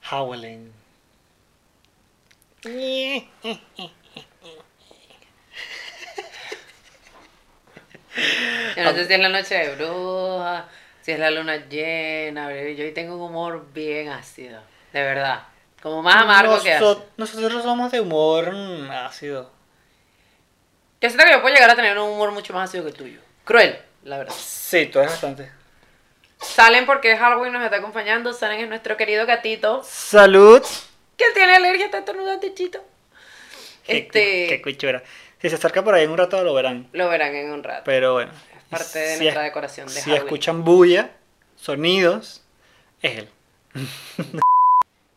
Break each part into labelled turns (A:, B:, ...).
A: howling.
B: Yo no sé si es la noche de bruja, si es la luna llena, pero yo hoy tengo un humor bien ácido, de verdad. Como más amargo que ácido.
A: Noso- Nosotros somos de humor mm, ácido.
B: Yo siento que yo puedo llegar a tener un humor mucho más ácido que el tuyo. Cruel, la verdad.
A: Sí, tú eres bastante.
B: Salen porque Halloween nos está acompañando, salen es nuestro querido gatito,
A: Salud.
B: que tiene alergia, está estornudando chito.
A: Qué,
B: Este,
A: qué cuchura. Si se acerca por ahí en un rato lo verán.
B: lo verán en un rato.
A: Pero bueno.
B: Es parte de
A: si
B: nuestra
A: es-
B: decoración de
A: Si
B: Halloween.
A: escuchan bulla, sonidos, es él.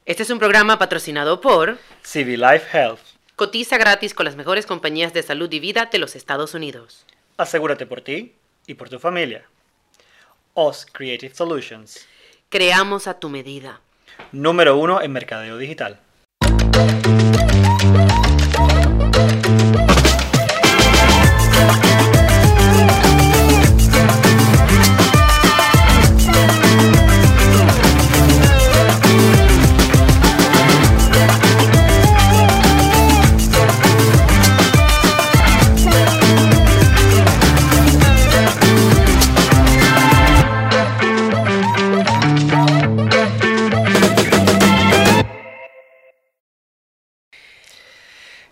B: Este es un programa patrocinado por
A: CV Life Health.
B: Cotiza gratis con las mejores compañías de salud y vida de los Estados Unidos.
A: Asegúrate por ti y por tu familia. Oz Creative Solutions.
B: Creamos a tu medida.
A: Número uno en mercadeo digital.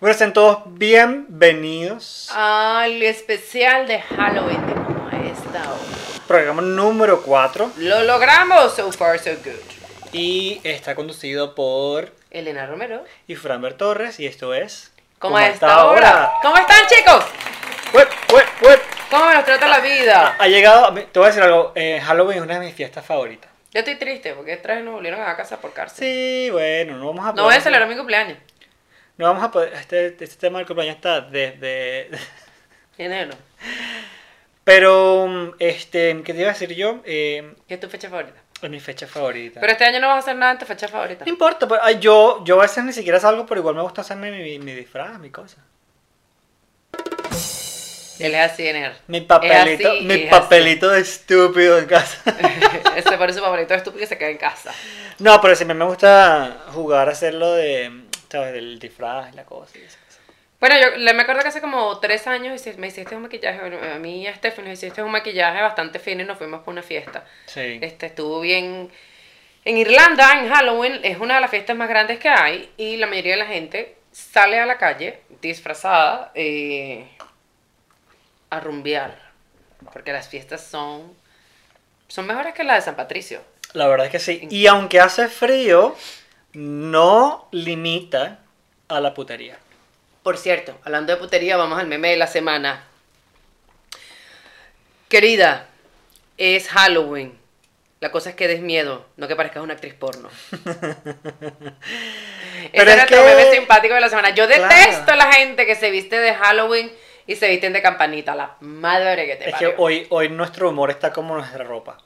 A: Bueno, sean todos bienvenidos.
B: Al especial de Halloween de como a esta hora.
A: Programa número 4.
B: Lo logramos, so far so good.
A: Y está conducido por
B: Elena Romero.
A: Ifranber Torres. Y esto es.
B: ¿Cómo
A: Como
B: a esta hora? ¿Cómo están chicos?
A: ¡Wep, wep, wep!
B: ¿Cómo nos trata la vida?
A: Ha llegado. a mí- Te voy a decir algo. eh, Halloween es una de mis fiestas favoritas.
B: Yo estoy triste porque estos tres no volvieron a casa por cárcel.
A: Sí, bueno, no vamos a
B: No voy a celebrar mi cumpleaños.
A: No vamos a poder. Este, este tema del cumpleaños está desde.
B: Enero.
A: Pero, mm, este, ¿qué te iba a decir yo? Eh,
B: ¿Qué es tu fecha favorita?
A: es mi fecha favorita.
B: Pero este año no vas a hacer nada en tu fecha favorita.
A: no importa, pero, ay, yo, yo a veces ni siquiera salgo, pero igual me gusta hacerme mi, mi disfraz, mi cosa.
B: Él es así, enero.
A: Mi papelito,
B: así,
A: mi
B: es así.
A: papelito de estúpido en casa.
B: Ese parece un papelito estúpido que se queda en casa.
A: no, pero sí, a mí me gusta jugar a hacerlo de, ¿sabes? Del disfraz y la cosa. y esas cosas.
B: Bueno, yo le- me acuerdo que hace como tres años hici- me hiciste un maquillaje, bueno, a mí y a Stephanie nos hiciste un maquillaje bastante fino y nos fuimos para una fiesta.
A: Sí.
B: Este, estuvo bien. En Irlanda, en Halloween, es una de las fiestas más grandes que hay y la mayoría de la gente sale a la calle disfrazada eh, a rumbear. Porque las fiestas son, son mejores que las de San Patricio.
A: La verdad es que sí. Y aunque hace frío, no limita a la putería.
B: Por cierto, hablando de putería, vamos al meme de la semana. Querida, es Halloween. La cosa es que des miedo, no que parezcas una actriz porno. Ese
A: Pero
B: es
A: es
B: nuestro
A: que-
B: meme simpático de la semana. Yo
A: Claro.
B: detesto a la gente que se viste de Halloween y se visten de campanita. La madre que te
A: Es
B: parió.
A: que hoy, hoy nuestro humor está como nuestra ropa.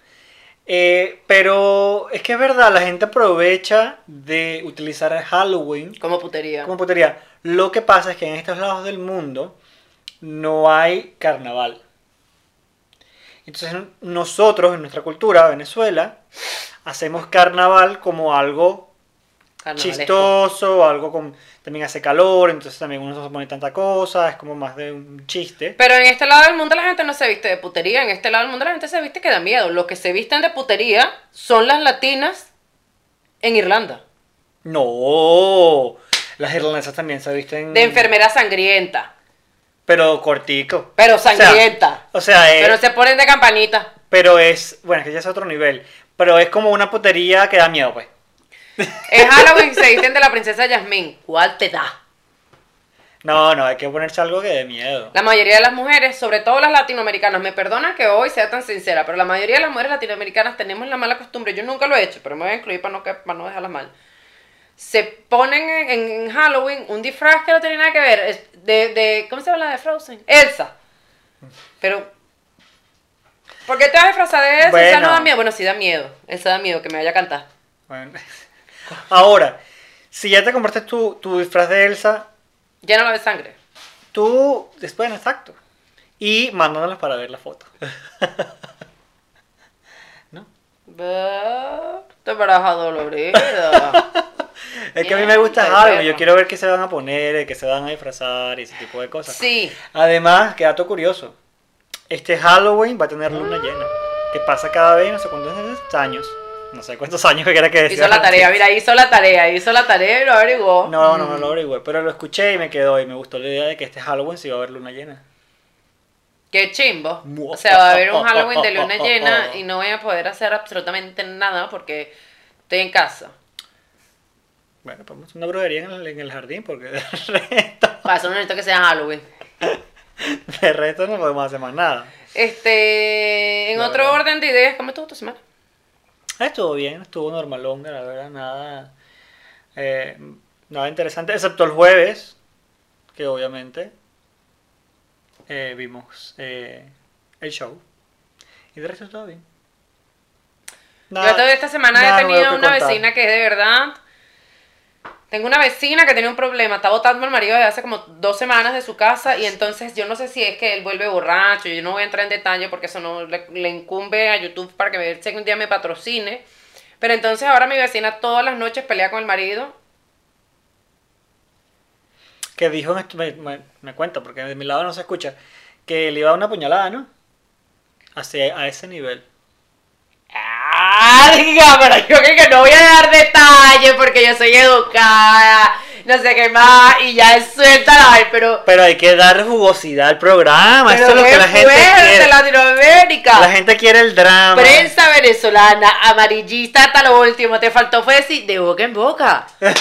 A: Eh, pero es que es verdad, la gente aprovecha de utilizar el Halloween
B: Como putería.
A: como putería. Lo que pasa es que en estos lados del mundo no hay carnaval. Entonces nosotros, en nuestra cultura, Venezuela, hacemos carnaval como algo
B: Carnavalesco.
A: chistoso, algo con... También hace calor, entonces también uno no se pone tanta cosa, es como más de un chiste.
B: Pero en este lado del mundo la gente no se viste de putería. En este lado del mundo la gente se viste que da miedo. Los que se visten de putería son las latinas en Irlanda.
A: No, las irlandesas también se visten.
B: De enfermera sangrienta.
A: Pero cortico.
B: Pero
A: O sea, eh.
B: sangrienta.
A: O sea, es-
B: Pero se ponen de campanita.
A: pero es. Bueno, es que ya es otro nivel. Pero es como una putería que da miedo, pues.
B: En Halloween se visten de la princesa Yasmín. ¿Cuál te da?
A: No, no, hay que ponerse algo que dé miedo.
B: La mayoría de las mujeres, sobre todo las latinoamericanas, me perdonan que hoy sea tan sincera, pero la mayoría de las mujeres latinoamericanas tenemos la mala costumbre, yo nunca lo he hecho, pero me voy a incluir para no, que- para no dejarlas mal. Se ponen en, en- en Halloween un disfraz que no tiene nada que ver, es de, de- ¿cómo se llama la de Frozen? Elsa. Pero, ¿por qué te vas a disfrazar de Elsa? Elsa no
A: Bueno.
B: da miedo. Bueno, sí da miedo, Elsa da miedo que me vaya a cantar.
A: Bueno. Ahora, si ya te compraste tu, tu disfraz de Elsa,
B: Llénala de sangre.
A: tú. Después, bueno, exacto. Y mándanos para ver la foto. ¿No?
B: Ve, Te verás dolorida.
A: Es que a mí me gusta
B: Bien,
A: Halloween,
B: bueno.
A: yo quiero ver qué se van a poner, eh, qué se van a disfrazar y ese tipo de cosas.
B: Sí.
A: Además, que dato curioso, este Halloween va a tener luna llena, que pasa cada vez no sé cuántos años, no sé cuántos años que era que decía.
B: Hizo la tarea, mira, hizo la tarea, hizo la tarea y lo averiguó. Mm,
A: No, no, no lo averigüé, pero lo escuché y me quedó y me gustó la idea de que este Halloween sí va a haber luna llena.
B: Qué chimbo. O sea, va a haber un Halloween de luna llena y no voy a poder hacer absolutamente nada porque estoy en casa.
A: Bueno, ponemos una brujería en el, en el jardín porque de resto,
B: Para eso no necesito que sea Halloween.
A: de resto no podemos hacer más nada.
B: Este, en
A: La
B: otro
A: verdad.
B: orden de ideas, ¿cómo estuvo tu semana?
A: Ah, Estuvo bien, estuvo normalón, la verdad, nada, eh, nada interesante, excepto el jueves, que obviamente eh, vimos eh, el show. Y de resto todo bien.
B: Yo toda esta semana
A: nada
B: he tenido
A: nuevo que
B: una
A: contar.
B: vecina que es de verdad. Tengo una vecina que tiene un problema, está botando al marido desde hace como dos semanas de su casa y entonces yo no sé si es que él vuelve borracho, yo no voy a entrar en detalle porque eso no le, le incumbe a YouTube para que me, sé que un día me patrocine. Pero entonces ahora mi vecina todas las noches pelea con el marido.
A: Que dijo, en esto- me, me, me cuenta, porque de mi lado no se escucha, que le iba a dar una puñalada, ¿no? Así, a ese nivel.
B: ¡Ah! diga, Pero yo creo que no voy a dar detalles porque yo soy educada, no sé qué más, y ya suelta la... Pero...
A: Pero hay que dar jugosidad al programa, eso es lo que la gente quiere.
B: Latinoamérica.
A: La gente quiere el drama.
B: Prensa venezolana, amarillista hasta lo último. Te faltó fue decir de boca en boca.
A: La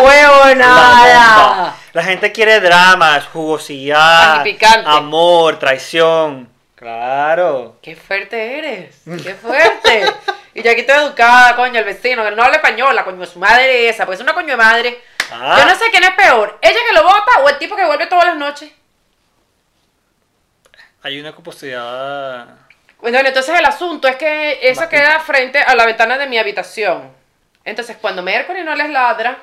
B: ¡Huevonada!
A: bomba. La gente quiere dramas, jugosidad,
B: Magnificante.
A: amor, traición. Claro.
B: ¡Qué fuerte eres! ¡Qué fuerte! y yo aquí estoy educada, coño, el vecino, que no habla española, coño, su madre esa, pues es una coño de madre.
A: Ah.
B: Yo no sé quién es peor, ella que lo bota o el tipo que vuelve todas las noches.
A: Hay una composidad.
B: Bueno, Pues entonces el asunto es que eso
A: Bastante.
B: queda frente a la ventana de mi habitación. Entonces, cuando Mercury no les ladra,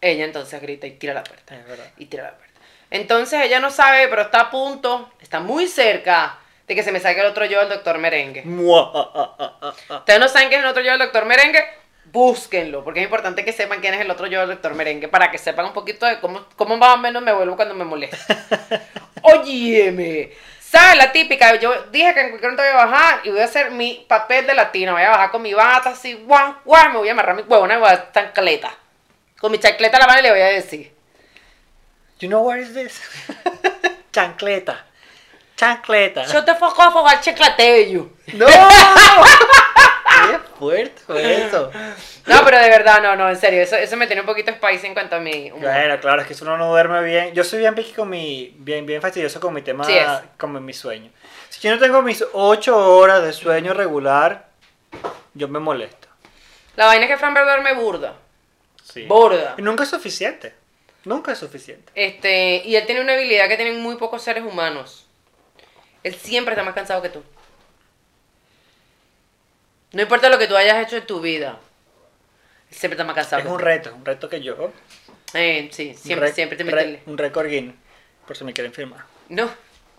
B: ella entonces grita y tira la puerta.
A: Es verdad.
B: Y tira la puerta. Entonces ella no sabe, pero está a punto, está muy cerca de que se me salga el otro yo del doctor Merengue.
A: Mua, ah, ah, ah, ah, ah.
B: Ustedes no saben quién es el otro yo del doctor Merengue, búsquenlo, porque es importante que sepan quién es el otro yo del doctor Merengue, para que sepan un poquito de cómo, cómo más o menos me vuelvo cuando me molesta. Óyeme. ¿Sabes la típica? Yo dije que en cualquier momento voy a bajar y voy a hacer mi papel de latina. Voy a bajar con mi bata así, guau, guau. Me voy a amarrar mi huevona y voy a dar chancleta. Con mi chancleta a la mano y le voy a decir.
A: You know where is this? Chancleta. Chancleta.
B: Yo te foco a fogar chancletello.
A: No. Qué fuerte fue eso.
B: No, pero de verdad, no, no, en serio. Eso, eso me tiene un poquito spicy en cuanto a mi humor.
A: Bueno, claro, es que si uno no duerme bien. Yo soy bien piqui con mi. Bien, bien fastidioso con mi tema.
B: Sí es.
A: Con mi sueño. Si yo no tengo mis 8 horas de sueño regular, yo me molesto.
B: La vaina es que Fran Berdor me burda.
A: Sí.
B: Burda.
A: Y nunca es suficiente. Nunca es suficiente.
B: Este, y él tiene una habilidad que tienen muy pocos seres humanos. Él siempre está más cansado que tú. No importa lo que tú hayas hecho en tu vida. Él siempre está más cansado.
A: Es
B: que
A: un
B: tú.
A: reto, un reto que yo. un
B: Eh, sí, siempre,
A: rec-
B: siempre te
A: re-
B: meten.
A: Un récord Guinness, por si me quieren firmar.
B: No.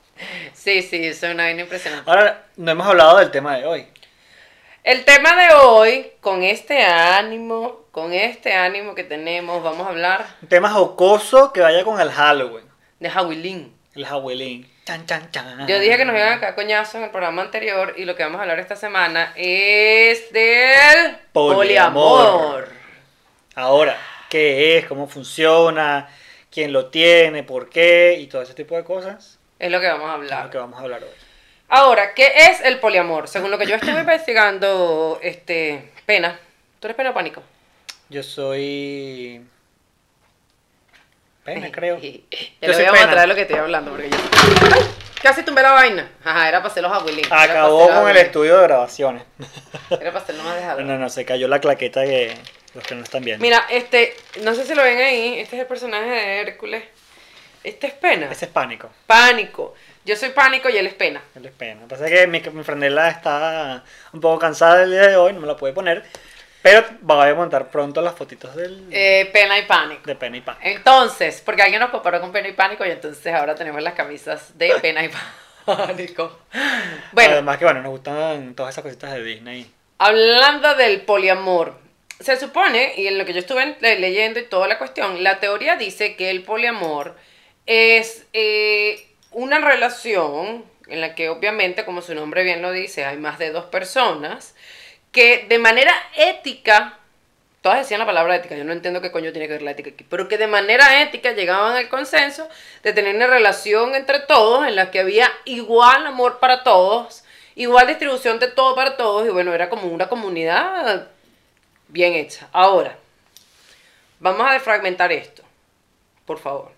B: Sí, sí, eso es una vaina impresionante.
A: Ahora, no hemos hablado del tema de hoy.
B: El tema de hoy, con este ánimo, con este ánimo que tenemos, vamos a hablar
A: Un tema jocoso que vaya con el Halloween.
B: de Hawilín.
A: El Halloween. Chan, chan, chan.
B: Yo dije que nos iban a caer coñazo en el programa anterior y lo que vamos a hablar esta semana es del
A: Poliamor. Ahora, ¿qué es? ¿Cómo funciona? ¿Quién lo tiene? ¿Por qué? Y todo ese tipo de cosas.
B: Es lo que vamos a
A: Es lo que
B: hablar.
A: vamos a hablar hoy.
B: Ahora, ¿qué es el poliamor? Según lo que yo estuve investigando, este, pena. ¿Tú eres pena o pánico?
A: Yo soy. Pena, creo.
B: Yo le
A: soy
B: voy a
A: pena.
B: mostrar lo que estoy hablando porque yo. ¡Ay! Casi tumbé la vaina. Ajá, era para hacer los abuelitos. era para
A: Acabó
B: hacer los
A: con el
B: abuelitos.
A: estudio de grabaciones.
B: Era para hacer lo más dejado.
A: No, no, no, se cayó la claqueta que los que no están viendo.
B: Mira, este, no sé si lo ven ahí. Este es el personaje de Hércules. Este es pena.
A: Ese es pánico.
B: Pánico. Yo soy pánico y él es pena.
A: Él es pena. Pasa que mi, mi franela está un poco cansada el día de hoy, no me la pude poner. Pero voy a montar pronto las fotitos del,
B: Eh, pena y pánico.
A: de pena y pan.
B: Entonces, porque alguien nos comparó con pena y pánico y entonces ahora tenemos las camisas de pena y pánico. Marico. Bueno,
A: Además que bueno, nos gustan todas esas cositas de Disney.
B: Hablando del poliamor, se supone, y en lo que yo estuve le- leyendo y toda la cuestión, la teoría dice que el poliamor es eh, una relación en la que obviamente, como su nombre bien lo dice, hay más de dos personas, que de manera ética, todas decían la palabra ética, yo no entiendo qué coño tiene que ver la ética aquí, pero que de manera ética llegaban al consenso de tener una relación entre todos en la que había igual amor para todos, igual distribución de todo para todos, y bueno, era como una comunidad bien hecha. Ahora, vamos a defragmentar esto, por favor.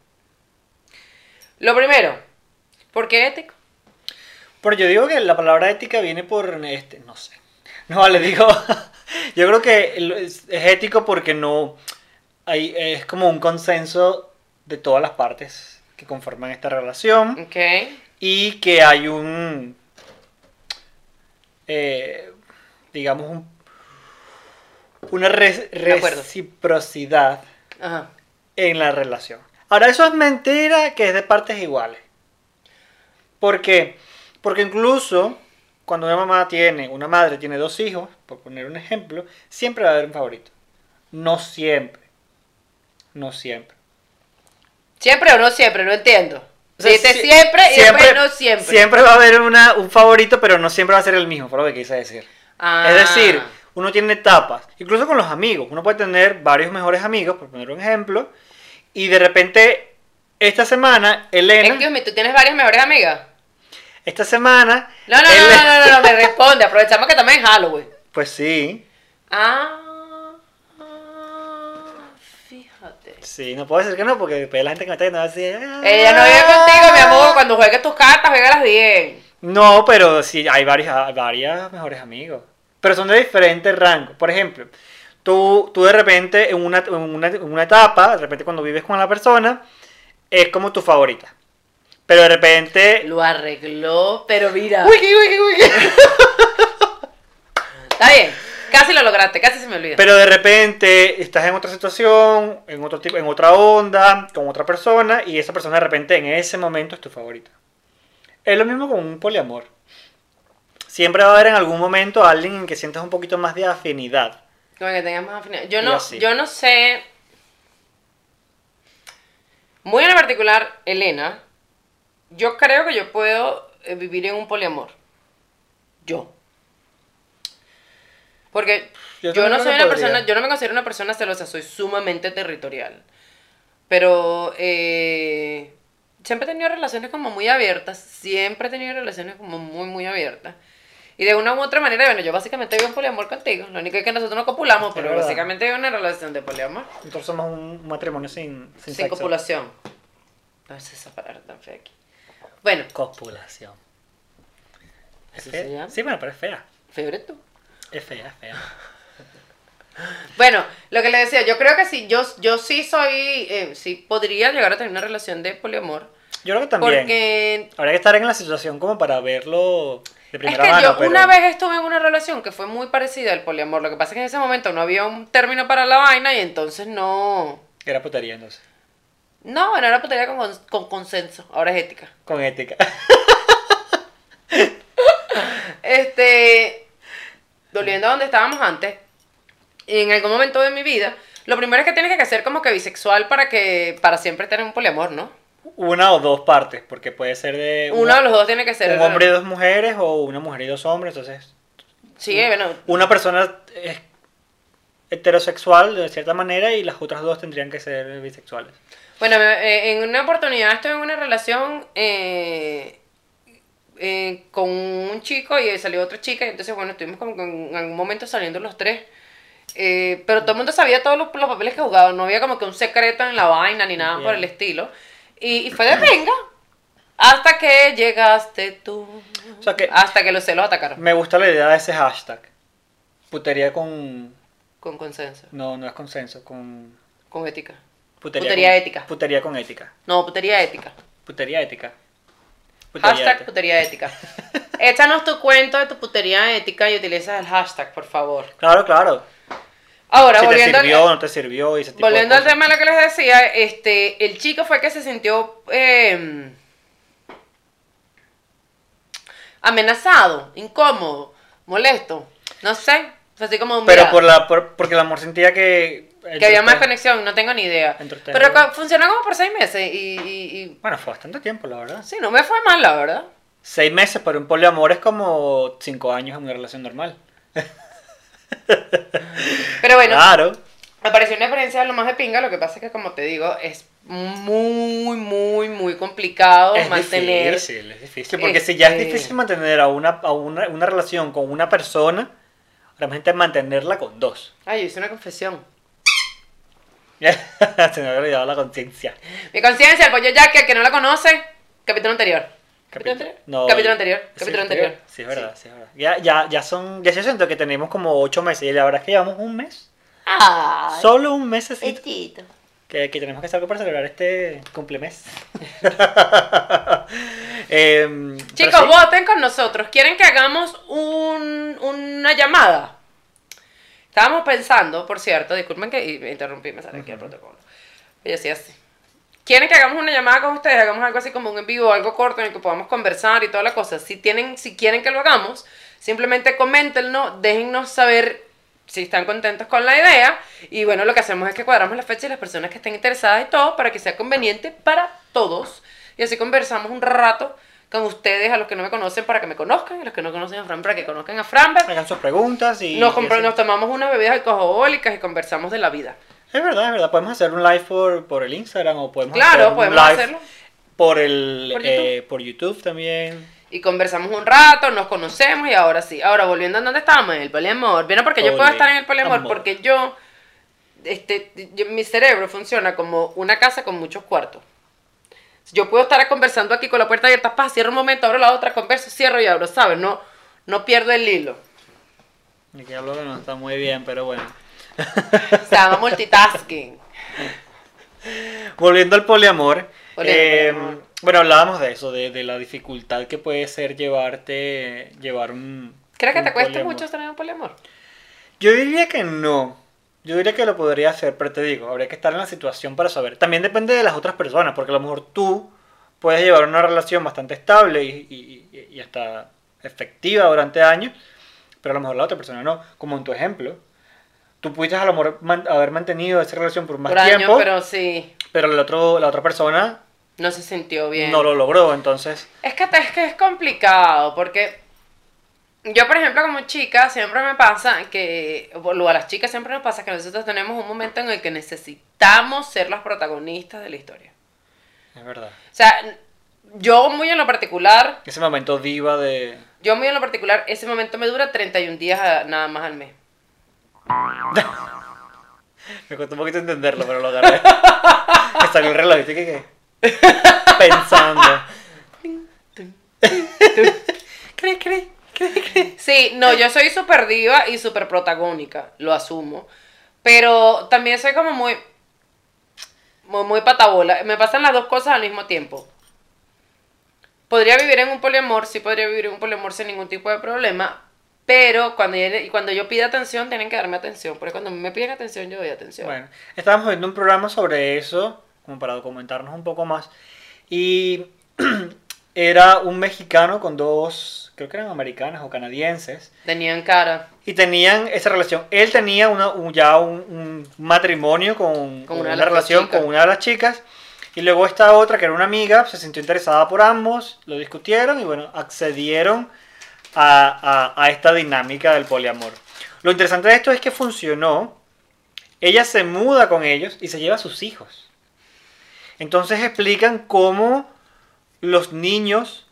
B: Lo primero, ¿por qué ético?
A: Pero yo digo que la palabra ética viene por este, no sé. No, vale, digo. Yo creo que el- es, es ético porque no hay es como un consenso de todas las partes que conforman esta relación
B: Ok.
A: y que hay un eh, digamos un- una re-
B: De acuerdo.
A: reciprocidad
B: Ajá.
A: en la relación. Ahora, eso es mentira que es de partes iguales. ¿Por qué? Porque incluso cuando una mamá tiene, una madre tiene dos hijos, por poner un ejemplo, siempre va a haber un favorito. No siempre. No siempre.
B: ¿Siempre o no siempre? No entiendo.
A: O sea,
B: Dijiste
A: sie-
B: siempre y después no siempre.
A: Siempre va a haber una- un favorito, pero no siempre va a ser el mismo, por lo que quise decir.
B: Ah.
A: Es decir, uno tiene etapas, incluso con los amigos. Uno puede tener varios mejores amigos, por poner un ejemplo, y de repente, esta semana, Elena.
B: Excuse me, ¿tú tienes varias mejores amigas?
A: Esta semana.
B: No, no, no,
A: Ele-
B: no, no, no, no, me responde. Aprovechamos que también es Halloween.
A: Pues sí,
B: Ah, ah, fíjate.
A: sí, no puedo decir que no, porque después la gente que me está viendo va a decir. "Ah".
B: Ella no vive contigo, mi amor. Cuando juegues tus cartas, juegalas bien.
A: No, pero sí, hay varias, varias mejores amigos. Pero son de diferentes rangos. Por ejemplo, tú, tú de repente, en una, en una- en una etapa, de repente cuando vives con la persona, es como tu favorita. Pero de repente.
B: Lo arregló, pero mira.
A: Wiki, wiki, wiki.
B: Está bien. Casi lo lograste, casi se me olvidó.
A: Pero de repente estás en otra situación, en otro tipo, en otra onda, con otra persona, y esa persona de repente en ese momento es tu favorita. Es lo mismo con un poliamor. Siempre va a haber en algún momento alguien en que sientas un poquito más de afinidad.
B: Como que tengas más afinidad. Yo
A: Y
B: no,
A: así.
B: yo no sé. Muy en particular, Elena, yo creo que yo puedo eh, vivir en un poliamor. Yo. Porque
A: Yo
B: yo,
A: también
B: no
A: creo
B: soy
A: que
B: una
A: podría.
B: persona, yo no me considero una persona celosa, soy sumamente territorial. Pero eh, siempre he tenido relaciones como muy abiertas, siempre he tenido relaciones como muy, muy abiertas. Y de una u otra manera, bueno, yo básicamente vivo en poliamor contigo. Lo único es que nosotros no copulamos,
A: Es
B: pero
A: verdad.
B: básicamente vivo en una relación de poliamor.
A: Entonces somos un matrimonio sin, sin,
B: Sin,
A: sexo.
B: copulación. No sé esa palabra tan fea aquí. Bueno,
A: Copulación. ¿Es
B: ¿Así
A: fea?
B: se llama?
A: Sí, bueno, pero es fea.
B: febre tú.
A: Es fea, es fea.
B: Bueno, lo que le decía, yo creo que sí, yo, yo sí soy, eh, sí podría llegar a tener una relación de poliamor.
A: Yo creo que también.
B: Porque
A: Habría que estar en la situación como para verlo de
B: es
A: primera
B: que
A: mano.
B: yo
A: pero-
B: una vez estuve en una relación que fue muy parecida al poliamor. Lo que pasa es que en ese momento no había un término para la vaina y entonces no.
A: Era putería entonces.
B: No, no era putería con, con consenso. Ahora es ética.
A: Con ética.
B: Este, volviendo a donde estábamos antes, en algún momento de mi vida, lo primero es que tienes que ser como que bisexual para que para siempre estar en un poliamor, ¿no?
A: Una o dos partes, porque puede ser de
B: Uno de los dos tiene que ser
A: un hombre y dos mujeres o una mujer y dos hombres. Entonces,
B: Sí, bueno,
A: una persona es heterosexual de cierta manera y las otras dos tendrían que ser bisexuales.
B: Bueno, me- eh, en una oportunidad estuve en una relación eh, eh, con un chico y salió otra chica y entonces, bueno, estuvimos como que en algún momento saliendo los tres. Eh, pero todo el mundo sabía todos los, los papeles que jugaban, no había como que un secreto en la vaina ni nada por
A: Bien.
B: el estilo. Y, y fue de venga, hasta que llegaste tú.
A: O sea que-
B: hasta que los celos atacaron,
A: Me gusta la idea de ese hashtag. Putería con...
B: con consenso,
A: No, no es consenso, con...
B: con ética.
A: Putería,
B: Putería
A: con-
B: ética.
A: Putería con ética.
B: No, putería ética.
A: Putería ética. Putería
B: Hashtag
A: ética.
B: putería ética. Échanos tu cuento de tu putería ética y utiliza el hashtag, por favor.
A: Claro, claro.
B: Ahora,
A: si te
B: volviendo, al-
A: sirvió o no te sirvió y ese tipo de
B: volviendo al
A: cosas.
B: tema de lo que les decía, em, este, el chico fue que se sintió eh, amenazado, incómodo, molesto, no sé, o sea, así como
A: Pero
B: mira,
A: por la, por- porque el amor sentía que...
B: que había más conexión, no tengo ni idea.
A: Entre ustedes.
B: Pero co- funcionó como por seis meses y, y- y-
A: Bueno, fue bastante tiempo, la verdad.
B: sí, no me fue mal, la verdad.
A: Seis meses para un poliamor es como cinco años en una relación normal.
B: Pero bueno,
A: Claro.
B: Me pareció una experiencia lo más de pinga, lo que pasa es que como te digo, es muy, muy, muy complicado
A: Es
B: mantener.
A: difícil, es difícil. Porque si ya es
B: este-
A: difícil mantener a una, a una, una relación con una persona, realmente mantenerla con dos.
B: Ay, yo hice una confesión.
A: Se me había olvidado la conciencia.
B: Mi conciencia, el pollo Jack, el que no la conoce, capítulo anterior.
A: Capítulo-
B: anterior?
A: no,
B: capítulo anterior.
A: sí,
B: Capítulo
A: sí,
B: anterior.
A: Sí, es verdad, sí, es verdad. Ya, ya, ya son, ya se siento que tenemos como ocho meses y la verdad es que llevamos un mes.
B: Ay,
A: Solo un mes
B: Petito.
A: que, que tenemos que hacer algo para celebrar este cumplemes. Em, pero
B: Chicos,
A: sí,
B: voten con nosotros. ¿Quieren que hagamos un, una llamada? Estábamos pensando, por cierto, disculpen que y- me interrumpí, me sale aquí el
A: Ujú.
B: protocolo. Pero yo sí, así. ¿Quieren que hagamos una llamada con ustedes? Hagamos algo así como un en vivo, algo corto en el que podamos conversar y toda la cosa. Si, tienen, si quieren que lo hagamos, simplemente coméntenlo, déjennos saber si están contentos con la idea. Y bueno, lo que hacemos es que cuadramos la fecha y las personas que estén interesadas y todo para que sea conveniente para todos. Y así conversamos un rato con ustedes, a los que no me conocen para que me conozcan, y a los que no conocen a Fran para que conozcan a Fran.
A: hagan sus preguntas y.
B: Nos,
A: y
B: compro-
A: así.
B: nos tomamos unas bebidas alcohólicas y conversamos de la vida.
A: Es verdad, es verdad. Podemos hacer un live por, por el Instagram o podemos
B: Claro,
A: hacer un
B: podemos
A: live
B: hacerlo.
A: Por el
B: Por
A: eh, por YouTube también.
B: Y conversamos un rato, nos conocemos y ahora sí. Ahora, volviendo a donde estábamos, en el poliamor. ¿Vieron por qué yo puedo
A: Poliamor.
B: estar en el poliamor? Porque yo, este, yo- mi cerebro funciona como una casa con muchos cuartos. Yo puedo estar conversando aquí con la puerta abierta, pa, cierro un momento, abro la otra, converso, cierro y abro, ¿sabes? No, no pierdo el hilo.
A: Y que hablo que no está muy bien, pero bueno.
B: Se llama multitasking.
A: Volviendo al poliamor.
B: Volviendo al
A: eh,
B: poliamor.
A: Bueno, hablábamos de eso, de, de la dificultad que puede ser llevarte, llevar un...
B: ¿Crees que
A: un
B: te cueste
A: poliamor.
B: mucho estar en un poliamor?
A: Yo diría que no. Yo diría que lo podría hacer, pero te digo, habría que estar en la situación para saber. También depende de las otras personas, porque a lo mejor tú puedes llevar una relación bastante estable y, y- y- y hasta efectiva durante años, pero a lo mejor la otra persona no. Como en tu ejemplo, tú pudiste a lo mejor man- haber mantenido esa relación por más
B: Por años,
A: tiempo, pero,
B: pero sí,
A: el otro, la otra persona
B: no se sintió bien.
A: no lo logró, entonces...
B: Es que, es que es complicado, porque yo, por ejemplo, como chica, siempre me pasa que, o a las chicas siempre nos pasa que nosotros tenemos un momento en el que necesitamos ser las protagonistas de la historia.
A: Es verdad.
B: O sea, yo muy en lo particular,
A: Ese momento diva de...
B: yo muy en lo particular, ese momento me dura 31 días a- nada más al mes.
A: Me costó un poquito entenderlo, pero lo agarré. Me salió el reloj, ¿viste que qué? Pensando.
B: ¿Crees, crees, Sí, no, yo soy súper diva y súper protagónica, lo asumo. Pero también soy como muy, muy, muy patabola. Me pasan las dos cosas al mismo tiempo. Podría vivir en un poliamor, sí podría vivir en un poliamor sin ningún tipo de problema. Pero cuando yo, y cuando yo pida atención, tienen que darme atención. Porque cuando me piden atención, yo doy atención.
A: Bueno, estábamos viendo un programa sobre eso, como para documentarnos un poco más. Y era un mexicano con dos, creo que eran americanas o canadienses.
B: Tenían cara
A: Y tenían esa relación. Él tenía una, un- ya un, un matrimonio con, con
B: una
A: una,
B: de las
A: relación
B: chicas.
A: con una de las chicas. Y luego esta otra, que era una amiga, se sintió interesada por ambos, lo discutieron y bueno, accedieron a, a- a esta dinámica del poliamor. Lo interesante de esto es que funcionó. Ella se muda con ellos y se lleva a sus hijos. Entonces explican cómo los niños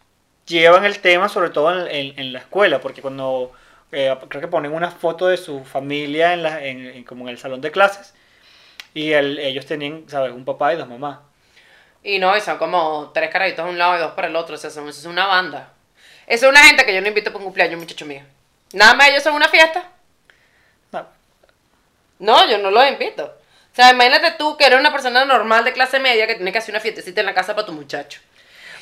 A: llevan el tema, sobre todo en, en- en la escuela, porque cuando eh, creo que ponen una foto de su familia en la, en- en- como en el salón de clases, y el- ellos tenían, ¿sabes? Un papá y dos mamás.
B: Y no, y son como tres carajitos a un lado y dos para el otro. O sea, son, es una banda. Esa es una gente que yo no invito para un cumpleaños, muchacho mío. Nada más ellos son una fiesta.
A: No,
B: No, yo no los invito. O sea, imagínate tú que eres una persona normal de clase media que tiene que hacer una fiestecita en la casa para tu muchacho.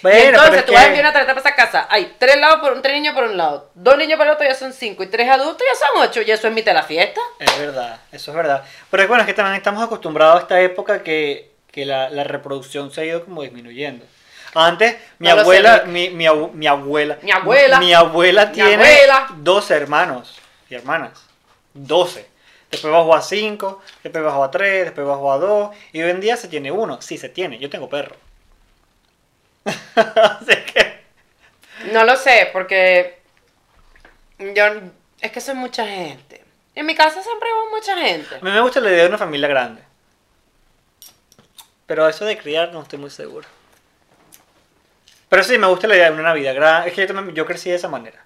A: Bueno,
B: y
A: pero
B: entonces
A: es
B: tú vas a
A: que-
B: enviar una tarjeta para esa casa. Hay tres lados por un, tres niños por un lado, dos niños por el otro, ya son cinco, y tres adultos ya son ocho, y eso es mitad de la fiesta.
A: Es verdad, eso es verdad. Pero es bueno, es que también estamos acostumbrados a esta época que, que la, la reproducción se ha ido como disminuyendo. Antes, mi
B: No lo sé,
A: abuela,
B: Rick.
A: mi, mi abu- mi abuela.
B: Mi abuela.
A: Mi abuela
B: Mi
A: tiene
B: abuela.
A: 12 hermanos y hermanas. 12. Después bajó a 5, después bajó a 3, después bajó a 2. Y hoy en día se tiene uno. Sí, se tiene. Yo tengo perro. Así que.
B: No lo sé, porque yo es que soy mucha gente. En mi casa siempre va mucha gente.
A: A mí me gusta la idea de una familia grande. Pero eso de criar no estoy muy seguro. Pero sí, me gusta la idea de una Navidad grande. Es que yo, también- yo crecí de esa manera.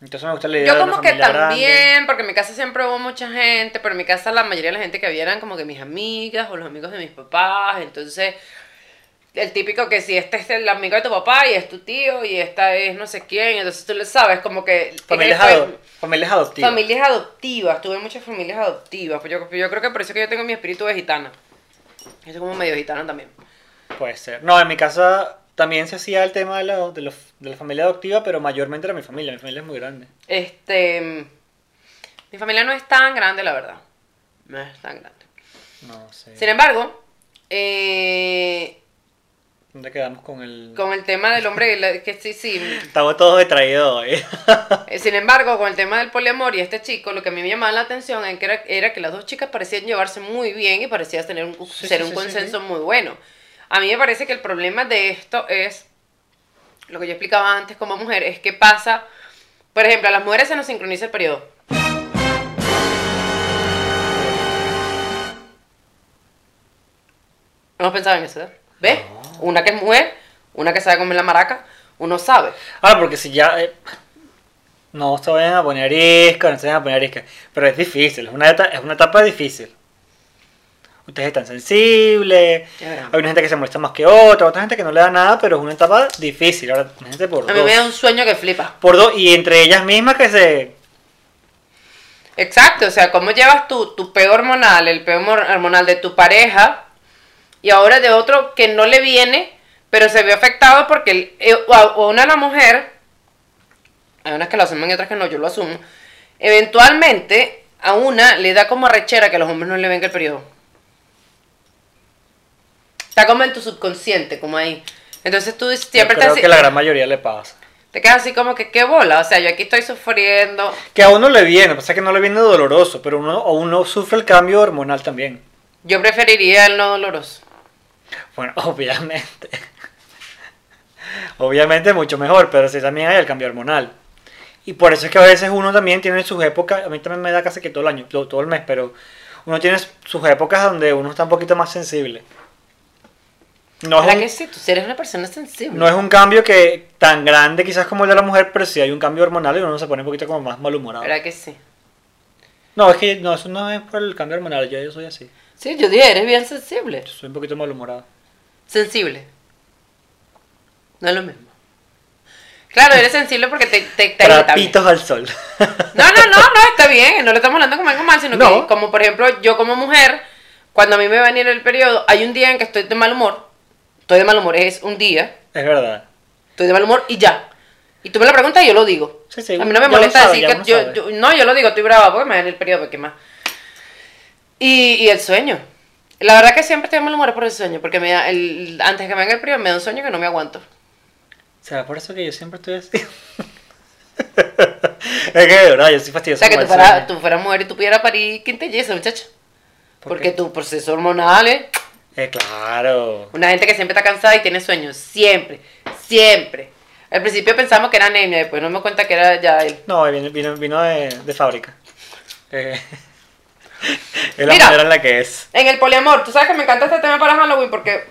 A: Entonces me gusta la idea
B: Yo
A: de una
B: como que
A: familia grande.
B: también, porque en mi casa siempre hubo mucha gente, pero en mi casa la mayoría de la gente que había eran como que mis amigas o los amigos de mis papás, entonces el típico que si este es el amigo de tu papá y es tu tío y esta es no sé quién, entonces tú le sabes como que...
A: Familias,
B: en el-
A: ado- familias adoptivas.
B: Familias adoptivas, tuve muchas familias adoptivas, pues yo, yo creo que por eso que yo tengo mi espíritu de gitana. Yo soy como medio gitana también.
A: Puede ser. No, en mi casa también se hacía el tema de la, de los- de la familia adoptiva, pero mayormente era mi familia. Mi familia es muy grande.
B: Este. Mi familia no es tan grande, la verdad. No es tan grande.
A: No sé.
B: Sin embargo, eh,
A: ¿Dónde quedamos con el...?
B: con el tema del hombre, la- que sí, sí.
A: Estamos todos detraídos hoy.
B: Eh, Sin embargo, con el tema del poliamor y este chico, lo que a mí me llamaba la atención es que era, era que las dos chicas parecían llevarse muy bien y parecían tener un,
A: Sí,
B: ser
A: sí, sí,
B: un
A: sí,
B: consenso
A: sí.
B: muy bueno. A mí me parece que el problema de esto es, lo que yo explicaba antes como mujer, es que pasa, por ejemplo, a las mujeres se nos sincroniza el periodo. No hemos pensado en eso, ¿eh? ¿Ves? Una que es mujer, una que sabe comer la maraca, uno sabe.
A: Ah, porque si ya. eh, no se vayan a poner isca, no se vayan a poner isca. Pero es difícil, es una, eta- es una etapa difícil. Ustedes están sensibles,
B: Ya verán.
A: hay una gente que se molesta más que otra, otra gente que no le da nada, pero es una etapa difícil. Ahora, gente por
B: A mí me da
A: dos.
B: un sueño que flipa.
A: Por dos, y entre ellas mismas que se.
B: Exacto, o sea, ¿cómo llevas tú tu peo hormonal, el peo mor- hormonal de tu pareja y ahora de otro que no le viene, pero se ve afectado porque el- eh, o a- o una la mujer, hay unas que lo asumen y otras que no, yo lo asumo, eventualmente a una le da como rechera que los hombres no le venga el periodo. Está como en tu subconsciente, como ahí. Entonces tú siempre
A: yo creo
B: te,
A: que la gran mayoría le pasa.
B: te quedas así como que qué bola, o sea, yo aquí estoy sufriendo.
A: Que a uno le viene, pasa que no le viene doloroso, pero uno, a uno sufre el cambio hormonal también.
B: Yo preferiría el no doloroso.
A: Bueno, obviamente. Obviamente mucho mejor, pero sí también hay el cambio hormonal. Y por eso es que a veces uno también tiene sus épocas, a mí también me da casi que todo el año, todo todo el mes, pero uno tiene sus épocas donde uno está un poquito más sensible. No es
B: ¿Verdad
A: un,
B: que sí? Tú sí eres una persona sensible.
A: no es un cambio que tan grande quizás como el de la mujer, pero sí hay un cambio hormonal y uno se pone un poquito como más malhumorado.
B: ¿Verdad que sí?
A: No, es que no, eso no es por el cambio hormonal, yo, yo soy así,
B: Sí, yo dije, eres bien sensible.
A: yo soy un poquito malhumorado.
B: Sensible. No es lo mismo. Claro, eres sensible porque te... te, te agüita, bien.
A: Trapitos al sol.
B: No, no, no, no, está bien. No le estamos hablando como algo mal, sino
A: No.
B: que como por ejemplo yo como mujer, cuando a mí me va a venir el periodo, hay un día en que estoy de mal humor. Estoy de mal humor, es un día.
A: es verdad.
B: Estoy de mal humor y ya. Y tú me lo preguntas y yo lo digo.
A: Sí, sí,
B: a mí no me
A: ya uno
B: molesta
A: sabe, ya
B: decir que
A: uno
B: yo,
A: sabe.
B: yo- No, yo lo digo, estoy brava porque me viene el periodo, ¿qué más? Y, y el sueño. La verdad que siempre estoy de mal humor por el sueño, porque me da el, antes que me venga el periodo me da un sueño que no me aguanto.
A: ¿Será por eso que yo siempre estoy así? es que de verdad, yo soy
B: O
A: fastidioso.
B: sea, que
A: con
B: tú
A: el
B: fueras,
A: sueño.
B: tú fueras mujer y tú pudieras parir quintillizos, muchacha.
A: ¿Por
B: porque
A: qué?
B: tus procesos hormonales.
A: Eh, claro.
B: Una gente que siempre está cansada y tiene sueños. Siempre. Siempre. Al principio pensamos que era anemia, después nos dimos cuenta que era ya él.
A: No, eh, vino, vino, vino de, de fábrica. Eh, es la
B: Mira.
A: manera en la que es.
B: En el poliamor, tú sabes que me encanta este tema para Halloween porque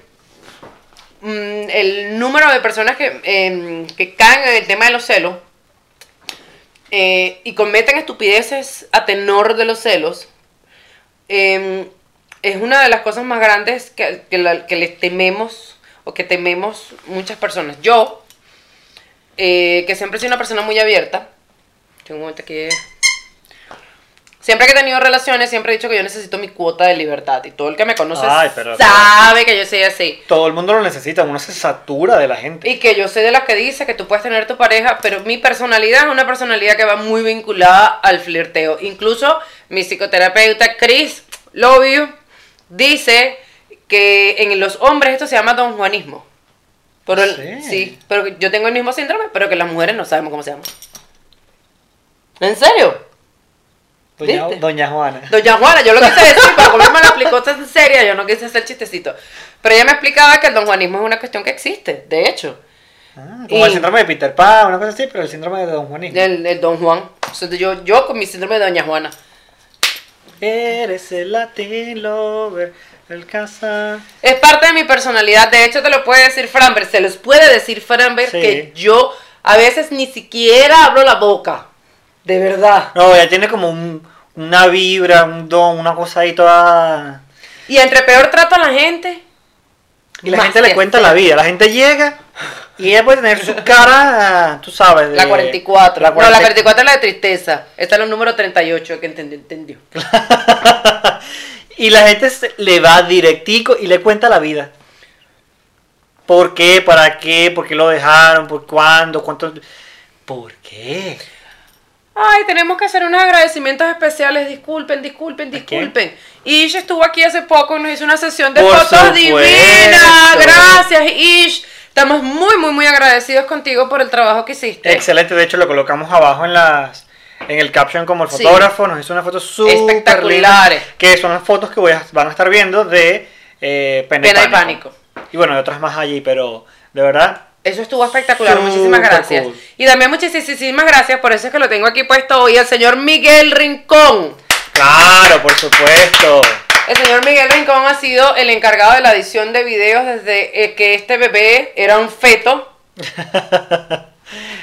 B: mm, el número de personas que, em, que caen en el tema de los celos eh, y cometen estupideces a tenor de los celos em, es una de las cosas más grandes que, que la- que les tememos o que tememos muchas personas. Yo, eh, que siempre he sido una persona muy abierta, tengo un momento que... Siempre que he tenido relaciones, siempre he dicho que yo necesito mi cuota de libertad. Y todo el que me conoce
A: Ay, pero-
B: sabe que yo soy así.
A: Todo el mundo lo necesita, uno se satura de la gente.
B: Y que yo soy de las que dice que tú puedes tener tu pareja, pero mi personalidad es una personalidad que va muy vinculada al flirteo. Incluso mi psicoterapeuta Chris love you, dice que en los hombres esto se llama don juanismo. Pero el-
A: Sí.
B: sí. pero yo tengo el mismo síndrome, pero que las mujeres no sabemos cómo se llama. ¿En serio?
A: Doña,
B: ¿Viste?
A: Doña Juana.
B: Doña Juana, yo lo quise decir, pero como ella me lo explicó tan seria, yo no quise hacer chistecito. Pero ella me explicaba que el don Juanismo es una cuestión que existe, de hecho.
A: Ah, como el
B: Y-
A: síndrome de Peter Pan, una cosa así, pero el síndrome de Don Juanismo.
B: El, el don Juan. O sea, yo, yo con mi síndrome de doña Juana.
A: Eres el Latin lover, el casa.
B: Es parte de mi personalidad. De hecho, te lo puede decir Framber. Se los puede decir Framber
A: Sí.
B: que yo a veces ni siquiera abro la boca. De verdad.
A: No, ya tiene como un- una vibra, un don, una cosa ahí toda.
B: Y entre peor trato a la gente.
A: Y la
B: más
A: gente le
B: que-
A: cuenta la vida. La gente llega y ella puede tener su cara, tú sabes. de-
B: La 44.
A: La
B: No, la
A: 44.
B: 44 es la de tristeza. Esta es la número 38 que entendió. entendió.
A: y la gente se- le va directico y le cuenta la vida. ¿Por qué? ¿Para qué? ¿Por qué lo dejaron? ¿Por cuándo? ¿Cuánto? ¿Por qué?
B: Eh. Ay, tenemos que hacer unos agradecimientos especiales. Disculpen, disculpen,
A: ¿A quién?
B: disculpen. Ish estuvo aquí hace poco y nos hizo una sesión de
A: Por
B: fotos
A: supuesto.
B: divina. Gracias, Ish. Estamos muy, muy, muy agradecidos contigo por el trabajo que hiciste.
A: Excelente, de hecho lo colocamos abajo en las en el caption como el
B: Sí.
A: fotógrafo, nos hizo unas fotos súper
B: Espectaculares.
A: lindas, Que son las fotos que voy a- van a estar viendo de eh, Pena,
B: Pena y
A: y pánico. Y bueno, de otras más allí, pero de verdad,
B: Eso estuvo espectacular,
A: Súper
B: muchísimas gracias.
A: cool.
B: Y también muchísimas gracias, por eso es que lo tengo aquí puesto hoy, al señor Miguel Rincón.
A: claro, por supuesto.
B: El señor Miguel Rincón ha sido el encargado de la edición de videos desde eh, que este bebé era un feto.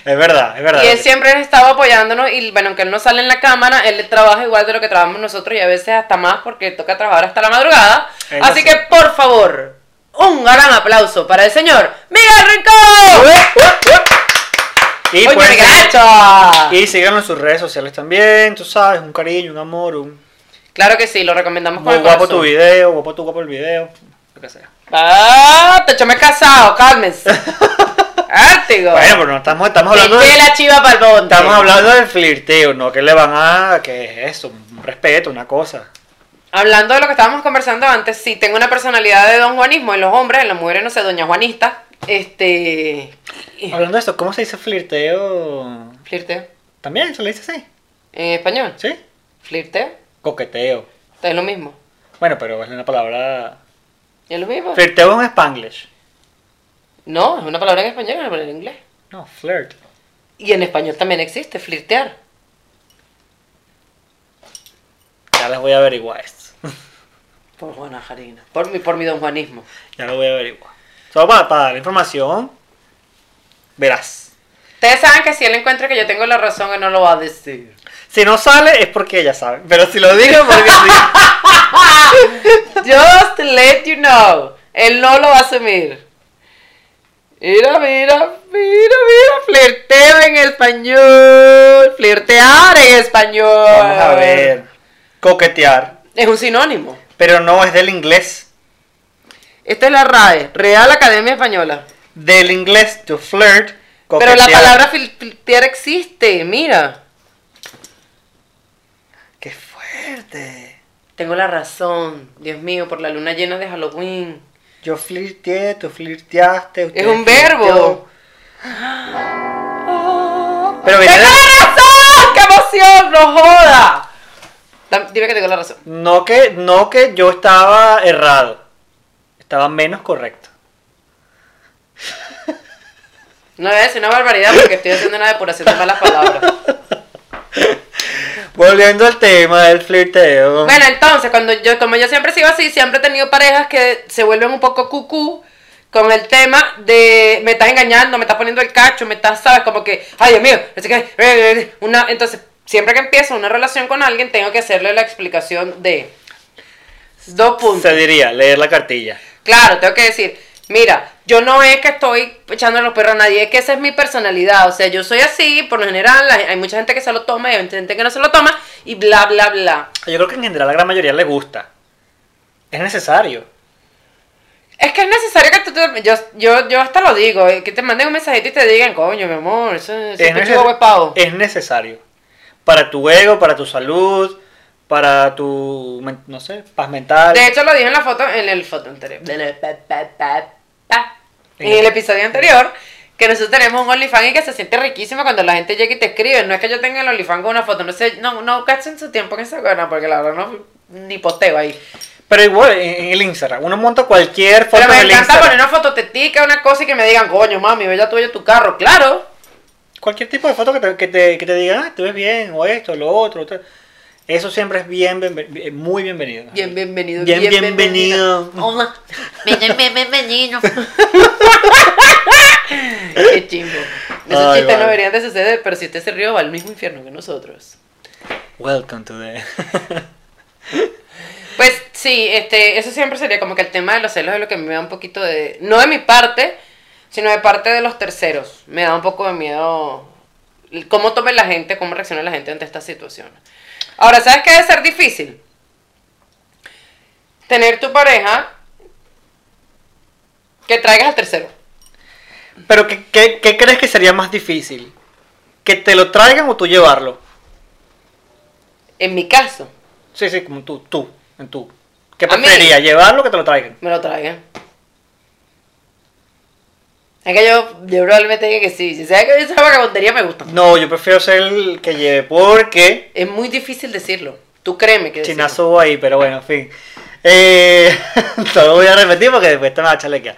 A: Es verdad, es verdad.
B: Y él siempre ha estado apoyándonos y bueno, aunque él no sale en la cámara, él trabaja igual de lo que trabajamos nosotros y a veces hasta más porque toca trabajar hasta la madrugada.
A: Él lo
B: Así que
A: sabe.
B: por favor, un gran aplauso para el señor Miguel Rincón.
A: Uh, ¿Eh? Y,
B: Oye,
A: pueden
B: mi
A: seguir-
B: gacha.
A: y síganlo en sus redes sociales también, tú sabes, un cariño, un amor, un
B: Claro que sí, lo recomendamos con
A: muy
B: el
A: guapo
B: corazón.
A: tu video, guapo tu guapo el video, lo que sea.
B: Ah, te me casado, cálmense. Ártigo.
A: Bueno, pero no estamos, estamos hablando
B: de
A: de,
B: la chiva para el monte.
A: Estamos hablando del flirteo, ¿no? que le van a...? ¿Qué es eso? Un respeto, una cosa.
B: Hablando de lo que estábamos conversando antes, sí, tengo una personalidad de don Juanismo en los hombres, en las mujeres, no sé, doña Juanista. Este.
A: Hablando de esto, ¿cómo se dice flirteo?
B: Flirteo.
A: ¿También se le dice así?
B: En español.
A: ¿Sí?
B: Flirteo.
A: Coqueteo.
B: Es lo mismo.
A: Bueno, pero es una palabra...
B: Es lo mismo.
A: Flirteo es un spanglish.
B: No, es una palabra en español, es una palabra en inglés.
A: No, flirt.
B: Y en español también existe, flirtear.
A: Ya les voy a averiguar esto.
B: Por Juana Jarina. Por mi, por mi don Juanismo.
A: ya lo voy a averiguar. Solo para, para dar información. Verás.
B: Ustedes saben que si él encuentra que yo tengo la razón, él no lo va a decir.
A: Si no sale es porque ella sabe. Pero si lo digo es porque sí.
B: Just to let you know. Él no lo va a asumir. Mira, mira, mira, mira. Flirteo en español. Flirtear en español.
A: Vamos a ver. Coquetear.
B: Es un sinónimo.
A: Pero no es del inglés.
B: Esta es la RAE, Real Academia Española.
A: Del inglés to flirt.
B: Pero la
A: coquetear.
B: palabra fil- flirtear existe, mira.
A: ¡Qué fuerte!
B: Tengo la razón, Dios mío, por la luna llena de Halloween.
A: Yo flirteé, tú flirteaste. usted
B: Es un
A: flirteó.
B: verbo.
A: Pero viene
B: ¡Tengo
A: de-
B: la razón! ¡Qué emoción! ¡No joda! Dam- Dime que tengo la razón.
A: No que, no que yo estaba errado. Estaba menos correcto.
B: No voy a decir una barbaridad porque estoy haciendo una depuración de malas palabras.
A: Volviendo al tema del flirteo.
B: Bueno, entonces, cuando yo, como yo siempre sigo así, siempre he tenido parejas que se vuelven un poco cucú con el tema de me estás engañando, me estás poniendo el cacho, me estás, sabes, como que, ay Dios mío, así que, una, entonces, siempre que empiezo una relación con alguien, tengo que hacerle la explicación de dos puntos.
A: Se diría, leer la cartilla.
B: Claro, tengo que decir, mira, yo no es que estoy echando los perros a nadie, es que esa es mi personalidad. O sea, yo soy así, por lo general, la- hay mucha gente que se lo toma y hay mucha gente que no se lo toma, y bla, bla, bla.
A: Yo creo que en general la gran mayoría le gusta. Es necesario.
B: Es que es necesario que tú te... Yo, yo, yo hasta lo digo, eh, que te manden un mensajito y te digan, coño, mi amor, eso eso es
A: Es, Eh,
B: un
A: nece-
B: chihuahua de pavo.
A: es necesario. Para tu ego, para tu salud, para tu, men- no sé, paz mental.
B: De hecho, lo dije en la foto, en el foto anterior. En el pa, pa, pa, pa. en el episodio anterior, que nosotros tenemos un OnlyFans y que se siente riquísimo cuando la gente llega y te escribe. No es que yo tenga el OnlyFans con una foto, no sé, no, no gasten su tiempo en esa cosa, porque la verdad no ni posteo ahí.
A: Pero igual, en en el Instagram, uno monta cualquier foto
B: Pero me
A: en el
B: encanta
A: Instagram.
B: poner una fototetica, una cosa y que me digan, coño, mami, bella tuya tu carro, claro.
A: Cualquier tipo de foto que te, que te, que te diga, ah, te ves bien, o esto, lo otro, tal. Eso siempre es bien, bien- bien- muy bienvenido.
B: Bien, bienvenido.
A: Bien, bienvenido.
B: Hola. Bien, bien, bienvenido. Qué chingo. Esos
A: Ay,
B: chistes
A: vale.
B: no deberían de suceder, pero si usted se río va al mismo infierno que nosotros.
A: Welcome to the...
B: Pues sí, este, eso siempre sería como que el tema de los celos es lo que me da un poquito de. No de mi parte, sino de parte de los terceros. Me da un poco de miedo cómo tome la gente, cómo reacciona la gente ante esta situación. Ahora, ¿sabes qué debe ser difícil? Tener tu pareja que traigas al tercero.
A: Pero ¿qué, qué, qué crees que sería más difícil? ¿Que te lo traigan o tú llevarlo?
B: En mi caso,
A: Sí, sí, como tú, tú, en tú. ¿Qué
B: A mí.
A: preferirías, llevarlo o que te lo traigan?
B: me lo traigan. Es que yo, yo probablemente diga que sí. Si sabes que esa vagabondería me gusta.
A: No, yo prefiero ser el que lleve porque...
B: Es muy difícil decirlo. Tú créeme que decirlo.
A: Chinazo ahí, pero bueno, en fin. Eh, no lo voy a repetir porque después te me va a chalequear.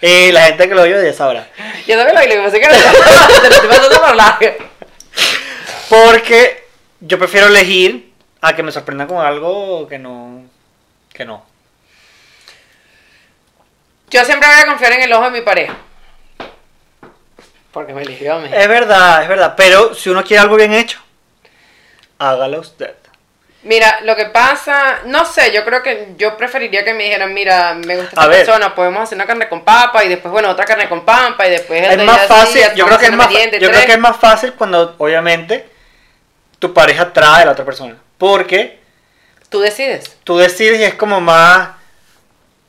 A: Eh, la gente que lo vio ya sabrá.
B: Yo también lo bailo, lo que pasa es que no- te lo estoy pasando por largo.
A: Porque yo prefiero elegir a que me sorprenda con algo que no. Que no.
B: Yo siempre voy a confiar en el ojo de mi pareja. Porque me eligió a mí.
A: Es verdad, es verdad. Pero si uno quiere algo bien hecho, hágalo usted.
B: Mira, lo que pasa, no sé, yo creo que yo preferiría que me dijeran, mira, me gusta
A: A
B: esta
A: ver.
B: persona, podemos hacer una carne con papa y después, bueno, otra carne con pampa y después...
A: Es
B: otro
A: más
B: día así,
A: fácil,
B: ya
A: yo
B: estamos
A: creo que es
B: haciendo
A: más,
B: merienda y
A: yo creo
B: tres.
A: que es más fácil cuando, obviamente, tu pareja trae a la otra persona. Porque
B: Tú decides.
A: tú decides y es como más,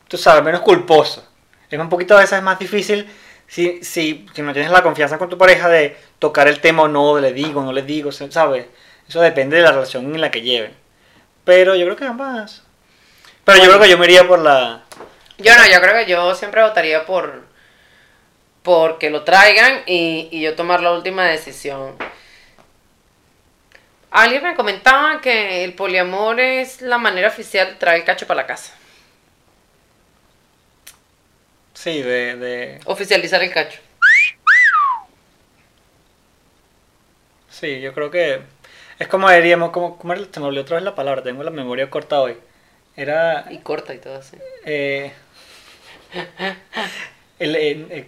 A: tú sabes, menos culposo. Es un poquito a veces más difícil si, si, si no tienes la confianza con tu pareja de tocar el tema o no, le digo, no le digo, se- ¿sabes? Eso depende de la relación en la que lleven. Pero yo creo que ambas. Pero yo
B: Bueno.
A: creo que yo me iría por la...
B: Yo no, yo creo que yo siempre votaría por porque lo traigan y, y yo tomar la última decisión. Alguien me comentaba que el poliamor es la manera oficial de traer el cacho para la casa.
A: Sí, de... de
B: Oficializar el cacho.
A: sí, yo creo que... Es como diríamos, como, como era- se me olvidó otra vez la palabra, tengo la memoria corta hoy. Era...
B: Y corta y todo así.
A: Eh, el- el- el-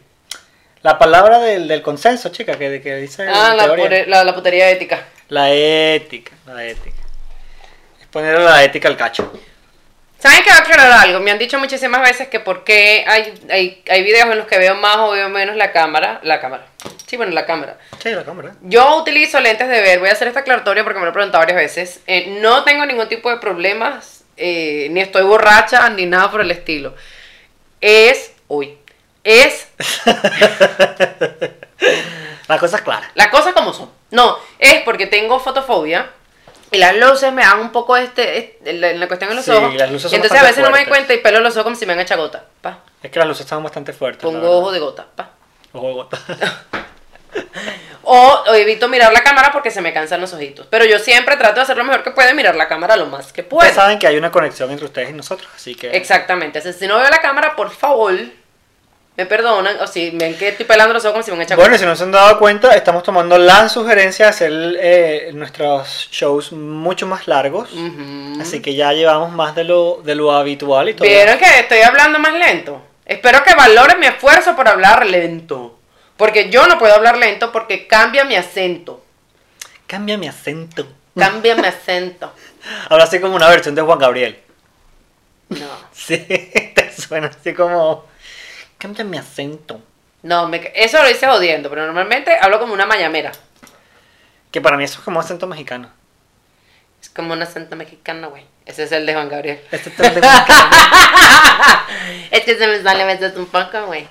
A: la palabra del, del consenso, chica, que, que dice
B: Ah,
A: en
B: la,
A: teoría.
B: pure- la, la putería ética.
A: La ética, la ética. Es ponerle la ética al cacho.
B: ¿Saben que va a aclarar algo? Me han dicho muchísimas veces que por qué hay, hay, hay videos en los que veo más o veo menos la cámara. La cámara. Sí, bueno, la cámara.
A: Sí, la cámara.
B: Yo utilizo lentes de ver, voy a hacer esta aclaratoria porque me lo han preguntado varias veces. Eh, no tengo ningún tipo de problemas, eh, ni estoy borracha, ni nada por el estilo. Es, uy, es
A: La cosa es clara.
B: las cosas como son. No, es porque tengo fotofobia y las luces me dan un poco este, este- en la- en la cuestión de los
A: Sí,
B: ojos.
A: las luces son
B: Entonces a
A: bastante
B: veces no me doy
A: fuertes.
B: cuenta y pelo los ojos como si me han hecho gota. Pa.
A: Es que las luces estaban bastante fuertes. la
B: Pongo
A: verdad.
B: ojo de gota. Pa.
A: Ojo de gota.
B: O, o evito mirar la cámara porque se me cansan los ojitos. Pero yo siempre trato de hacer lo mejor que puedo y mirar la cámara lo más que pueda.
A: Ustedes saben que hay una conexión entre ustedes y nosotros, así que.
B: Exactamente. Así, si no veo la cámara, por favor, me perdonan. O si ven que estoy pelando los ojos como si me han echado.
A: Bueno, y si no se han dado cuenta, estamos tomando la sugerencia de hacer eh, nuestros shows mucho más largos.
B: Ujú.
A: Así que ya llevamos más de lo, de lo habitual y todo.
B: ¿Vieron que estoy hablando más lento? Espero que valoren mi esfuerzo por hablar lento. Porque yo no puedo hablar lento porque cambia mi acento.
A: Cambia mi acento.
B: Cambia mi acento.
A: Ahora sí como una versión de Juan Gabriel.
B: No.
A: Sí, te suena así como... Cambia mi acento.
B: No, me ca- eso lo hice jodiendo, pero normalmente hablo como una mañamera.
A: Que para mí eso es como acento mexicano.
B: Es como un acento mexicano, güey. Ese es el de Juan Gabriel.
A: Este es el de Juan Gabriel.
B: Es que se me sale a veces un poco, güey.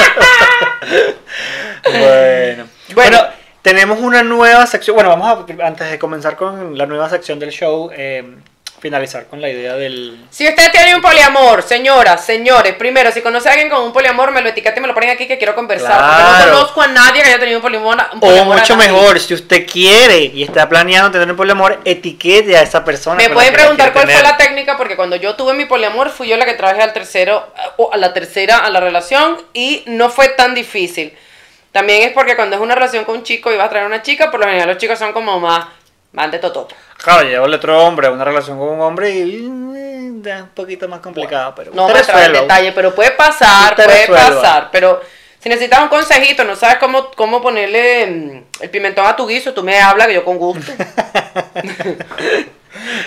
A: bueno.
B: Bueno.
A: bueno, tenemos una nueva sección. Bueno, vamos a, antes de comenzar con la nueva sección del show, eh, finalizar con la idea del...
B: Si usted tiene un poliamor, señoras, señores, primero, si conoce a alguien con un poliamor, me lo etiqueta y me lo ponen aquí que quiero conversar. Porque
A: Claro.
B: no conozco a nadie que haya tenido un poliamor. un
A: O
B: poliamor
A: mucho
B: así.
A: mejor, si usted quiere y está planeando tener un poliamor, etiquete a esa persona.
B: Me
A: con la
B: pueden
A: que la quiere
B: preguntar cuál fue
A: tener.
B: la técnica, porque cuando yo tuve mi poliamor, fui yo la que traje al tercero, eh, o a la tercera a la relación, y no fue tan difícil. También es porque cuando es una relación con un chico y vas a traer a una chica, por lo general los chicos son como más, más de totopo.
A: Claro, lleva el otro hombre a una relación con un hombre y mm, es un poquito más complicado, pero
B: No
A: usted
B: me entrar en
A: resuelva.
B: detalle, pero puede pasar,
A: Usted
B: puede
A: resuelva.
B: pasar. Pero si necesitas un consejito, no sabes cómo, cómo ponerle mm, el pimentón a tu guiso, tú me hablas que yo con gusto.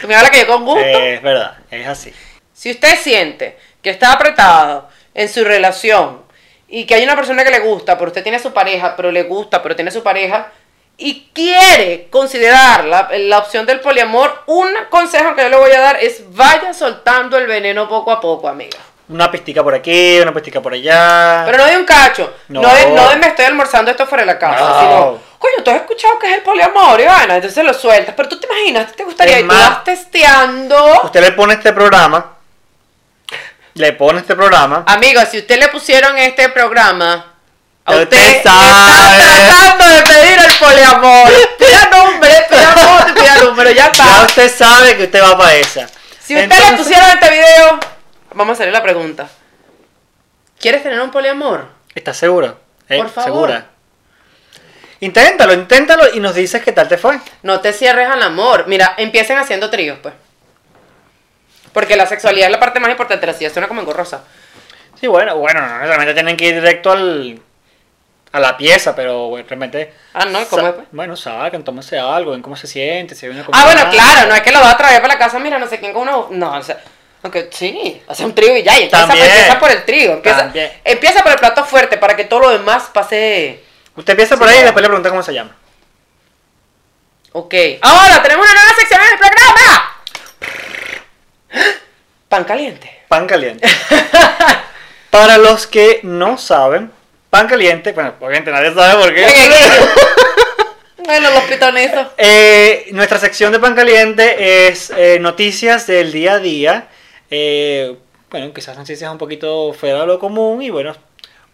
B: tú me hablas que yo con gusto.
A: Eh, es verdad, es así.
B: Si usted siente que está apretado en su relación y que hay una persona que le gusta, pero usted tiene a su pareja, pero le gusta, pero tiene a su pareja y quiere considerar la, la opción del poliamor, un consejo que yo le voy a dar es vaya soltando el veneno poco a poco, amiga.
A: Una pistica por aquí, una pistica por allá.
B: Pero no de un cacho, no,
A: No.
B: de, no de me estoy almorzando esto fuera de la casa,
A: No.
B: sino, coño, tú has escuchado que es el poliamor y vaina, entonces lo sueltas, pero tú te imaginas, te gustaría
A: Es
B: y tú
A: más,
B: vas testeando.
A: Usted le pone este programa, le pone este programa,
B: Amigos, si usted le pusieron este programa, a
A: Usted
B: usted,
A: sabe.
B: está tratando de pedir el poliamor. Pida nombre, pida nombre, pida número, ya
A: ya
B: está.
A: usted sabe que usted va para esa.
B: Si usted le
A: Entonces,
B: pusieron este video, vamos a hacerle la pregunta. ¿Quieres tener un poliamor?
A: ¿Estás seguro? Eh,
B: Por favor.
A: ¿Segura? Inténtalo, inténtalo y nos dices qué tal te fue.
B: No te cierres al amor. Mira, empiecen haciendo tríos, pues. Porque la sexualidad es la parte más importante, la silla suena como engorrosa.
A: Sí, bueno, bueno, no necesariamente tienen que ir directo al, a la pieza, pero bueno, realmente...
B: Ah, no, ¿y cómo
A: sa-
B: es, pues?
A: Bueno, salgan, tómense algo, ven cómo se siente, si hay una
B: Ah,
A: comida.
B: bueno, claro, no es que lo va a traer para la casa, mira, no sé quién con uno. No, o sea, aunque sí, hace un trigo y ya, y empieza,
A: También.
B: empieza por el trigo, empieza,
A: También.
B: empieza por el plato fuerte para que todo lo demás pase.
A: Usted empieza por
B: Sí,
A: ahí y
B: claro.
A: después le pregunta cómo se llama.
B: Ok,
A: Ah,
B: ahora tenemos una nueva sección en el programa: pan caliente.
A: Pan caliente. Para los que no saben, pan caliente, bueno, obviamente nadie sabe por qué.
B: bueno, los pitonizos.
A: Eh, nuestra sección de pan caliente es eh, noticias del día a día. Eh, bueno, quizás noticias un poquito fuera de lo común y bueno,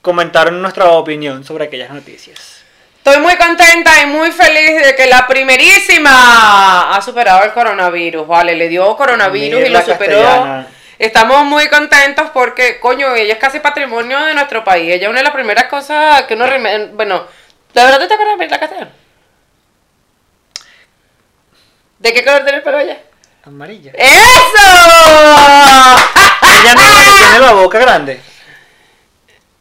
A: comentar nuestra opinión sobre aquellas noticias.
B: Estoy muy contenta y muy feliz de que la primerísima ha superado el coronavirus. Vale, le dio coronavirus y
A: Mirla
B: lo superó.
A: Castellana.
B: Estamos muy contentos porque, coño, ella es casi patrimonio de nuestro país. Ella es una de las primeras cosas que uno... reme- Bueno, ¿de verdad te acuerdas de Mirla Castellana? ¿De qué color tiene el pelo ella?
A: Amarilla.
B: ¡Eso!
A: Ella no es la que tiene la boca grande.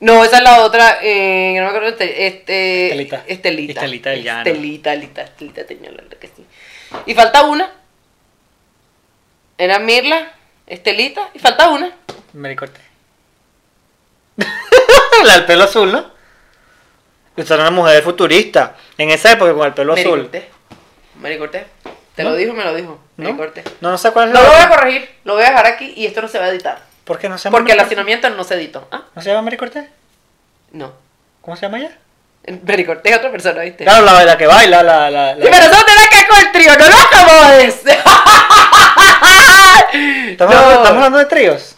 B: No, esa es la otra, eh, no me acuerdo, este, este-
A: Estelita.
B: Estelita.
A: Estelita del Llano.
B: Estelita, Estelita, Estelita, tenía la verdad que sí. Y falta una. Era Mirla, Estelita, y falta una.
A: Me corté. la del pelo azul, ¿no? Usted era una mujer futurista. En esa época con el pelo
B: Mary
A: azul.
B: Cortés. Mary Cortés. ¿Te
A: ¿No?
B: lo dijo? Me lo dijo. Mary
A: ¿No?
B: Cortés.
A: no, no sé cuál es
B: No lo voy
A: otra.
B: a corregir, lo voy a dejar aquí y esto no se va a editar.
A: ¿Por qué no se llama
B: Porque el
A: Mary Cortés?
B: hacinamiento no se editó. Ah,
A: ¿No se llama Mary Cortés?
B: no.
A: ¿Cómo se llama ella?
B: Mary Cortés es otra persona, ¿viste?
A: Claro, la, la que baila, la... la, la-
B: Este. Sí, pero eso tenés que ver con el trío, no lo acomodes.
A: ¿Estamos,
B: No.
A: hablando, estamos hablando de tríos?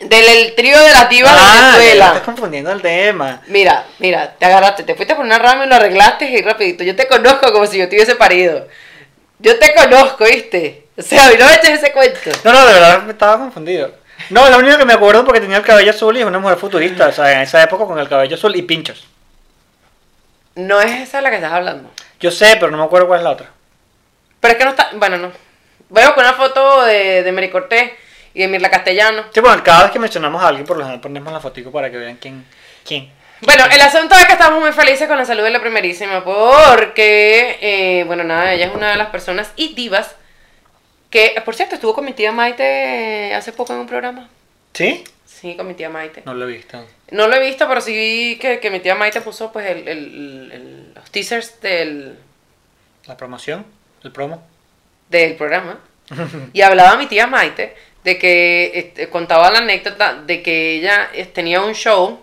B: Del el trío de las divas
A: Ah,
B: de
A: ya estás
B: Venezuela.
A: confundiendo el tema.
B: Mira, mira, te agarraste, te fuiste por una rama y lo arreglaste y rapidito. Yo te conozco como si yo te hubiese parido. Yo te conozco, ¿viste? O sea, no me eches ese cuento.
A: No, no, de verdad me estaba confundido. No, lo único que me acuerdo porque tenía el cabello azul y es una mujer futurista, o sea, en esa época con el cabello azul y pinchos.
B: No es esa la que estás hablando.
A: Yo sé, pero no me acuerdo cuál es la otra.
B: Pero es que no está. Bueno, no. Voy a buscar una foto de, de Mary Cortés y de Mirla Castellano.
A: Sí, bueno, cada vez que mencionamos a alguien, por lo general ponemos la fotico para que vean quién. quién.
B: Bueno, el asunto es que estamos muy felices con la salud de la primerísima porque, eh, bueno, nada, ella es una de las personas y divas que, por cierto, estuvo con mi tía Maite hace poco en un programa.
A: ¿Sí?
B: Sí, con mi tía Maite. No,
A: No lo he visto.
B: lo he visto, pero sí vi que, que mi tía Maite puso pues el, el- el- los teasers del,
A: ¿La promoción? ¿El promo?
B: del programa. Y hablaba mi tía Maite de que este, contaba la anécdota de que ella eh, tenía un show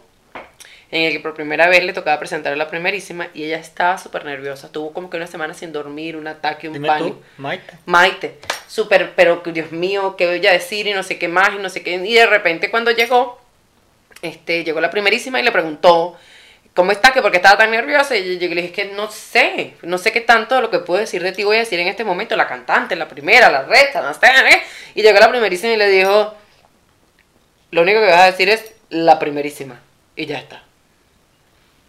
B: en el que por primera vez le tocaba presentar a la primerísima y ella estaba súper nerviosa. Tuvo como que una semana sin dormir, un ataque, un
A: Dime
B: pánico.
A: tú, Maite.
B: Maite, súper, pero que, Dios mío, qué voy a decir y no sé qué más y no sé qué. Y de repente cuando llegó, este, llegó la primerísima y le preguntó, ¿cómo estás? Que porque estaba tan nerviosa. Y yo, yo le dije, es que no sé, no sé qué tanto de lo que puedo decir de ti voy a decir en este momento, la cantante, la primera, la resta, no sé, ¿eh? Y llegó la primerísima y le dijo, lo único que vas a decir es la primerísima. Y ya está.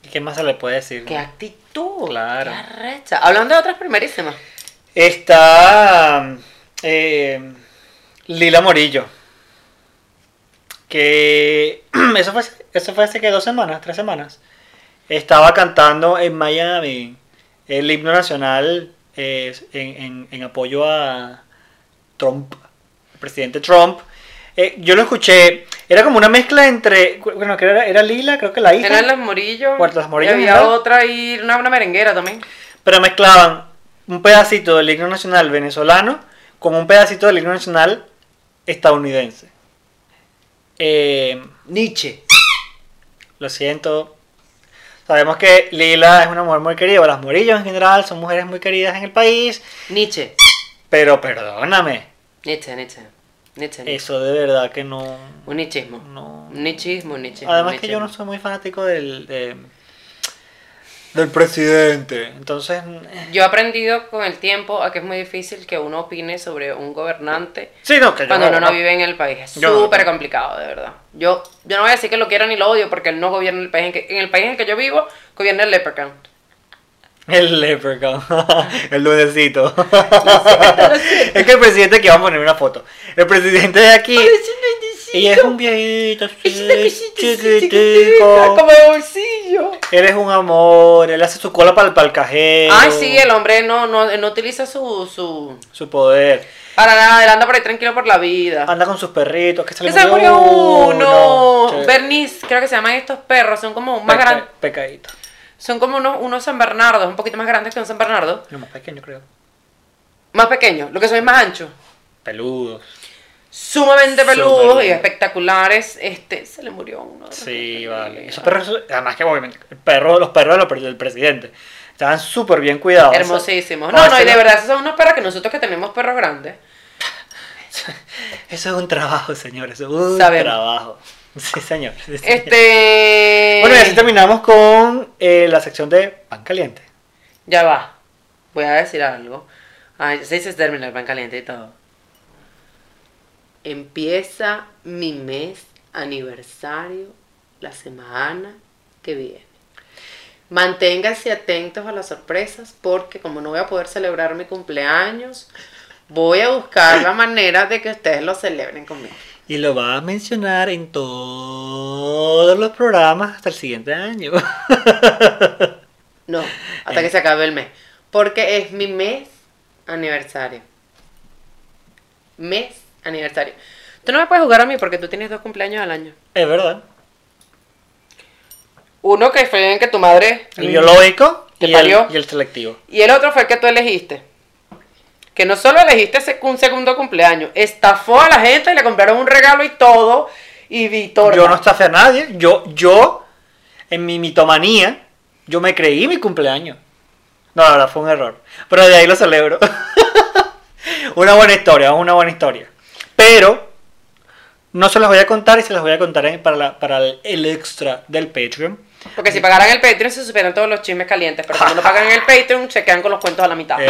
A: ¿Y qué más se le puede decir?
B: ¡Qué actitud!
A: Claro.
B: ¡Qué arrecha! Hablando de otras primerísimas.
A: Está eh, Lila Morillo. Que eso fue, eso fue hace que dos semanas, tres semanas. Estaba cantando en Miami el himno nacional eh, en, en- en apoyo a Trump, el presidente Trump. Eh, yo lo escuché, era como una mezcla entre, bueno, que era, era Lila, creo que la hija.
B: Eran los morillos.
A: Bueno, los morillos,
B: Y había
A: ¿verdad?
B: otra y una, una merenguera también.
A: pero mezclaban un pedacito del himno nacional venezolano con un pedacito del himno nacional estadounidense. Eh,
B: Nietzsche.
A: lo siento. Sabemos que Lila es una mujer muy querida, o las Morillos en general son mujeres muy queridas en el país,
B: Nietzsche.
A: pero perdóname,
B: Nietzsche, Nietzsche. Nietzsche. Nietzsche.
A: eso de verdad que no...
B: Un nichismo.
A: no-
B: Un nichismo, un nichismo.
A: Además
B: un
A: que yo no
B: nichismo.
A: soy muy fanático del... de- del presidente, entonces... eh,
B: Yo he aprendido con el tiempo a que es muy difícil que uno opine sobre un gobernante
A: Sí, no, que yo
B: cuando uno Ah, no
A: no-
B: vive en el país. Es
A: Yo no,
B: súper
A: no.
B: complicado, de verdad. Yo, yo no voy a decir que lo quiero ni lo odio porque él no gobierna el país. En, que- en el país en el que yo vivo, gobierna el leprechaun.
A: El leprechaun, el lunecito.
B: Lunecito.
A: es que el presidente aquí, vamos a poner una foto. El presidente de aquí, y es un viejito, así,
B: Es una cosita chiquitita,
A: chiquitico.
B: como de bolsillo.
A: Él es un amor, él hace su cola para el, palcajero.
B: Ay, sí, el hombre no, no, no utiliza su, su...
A: Su poder.
B: Para nada, él anda por ahí tranquilo por la vida.
A: Anda con sus perritos, que Ah, se
B: Que
A: le
B: se le murió uno.
A: Sí.
B: Bernice, creo que se llaman estos perros. Son como más
A: Peca-
B: grandes.
A: Pecadito.
B: Son como unos, unos San Bernardos, un poquito más grandes que un San Bernardo.
A: No, más pequeño, creo.
B: Más pequeños, lo que son es más anchos.
A: Peludos.
B: Sumamente
A: Súper
B: peludos y
A: lindo.
B: espectaculares. Este, se le murió uno. de los
A: Sí,
B: que-
A: vale. Esos perros, además que obviamente, el perro, los perros del pre- del presidente. Estaban súper bien cuidados.
B: Hermosísimos.
A: Ah,
B: No, no, y
A: ese-
B: de verdad, esos son unos perros que nosotros que tenemos perros grandes.
A: Eso es un trabajo, señor. Eso es un
B: Sabemos.
A: trabajo. Sí, señor. sí, señor.
B: Este.
A: Bueno, y así terminamos con eh, la sección de pan caliente.
B: Ya va. Voy a decir algo. Ay, se dice termina el pan caliente y todo. Empieza mi mes aniversario la semana que viene. Manténganse atentos a las sorpresas porque como no voy a poder celebrar mi cumpleaños, voy a buscar la manera de que ustedes lo celebren conmigo.
A: Y lo va a mencionar en todos los programas hasta el siguiente año.
B: No, hasta que se acabe el mes. Porque es mi mes aniversario. Mes aniversario. Tú no me puedes jugar a mí porque tú tienes dos cumpleaños al año.
A: es verdad.
B: Uno que fue en que tu madre...
A: El biológico
B: Mm. Te
A: y el,
B: parió.
A: y el selectivo.
B: Y el otro fue el que tú elegiste. Que no solo elegiste ese- un segundo cumpleaños, estafó a la gente y le compraron un regalo y todo. Y Víctor...
A: Yo no estafé a nadie. Yo, yo, en mi mitomanía, yo me creí mi cumpleaños. No, la verdad fue un error. Pero de ahí lo celebro. una buena historia, una buena historia. Pero no se las voy a contar y se las voy a contar en- para, la- para el, el extra del Patreon.
B: Porque si pagaran el Patreon se superan todos los chismes calientes. Pero como no pagan el Patreon, se quedan con los cuentos a la mitad.
A: Eh,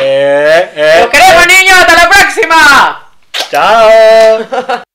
A: eh,
B: ¡Los queremos, niños! ¡Hasta la próxima!
A: Chao.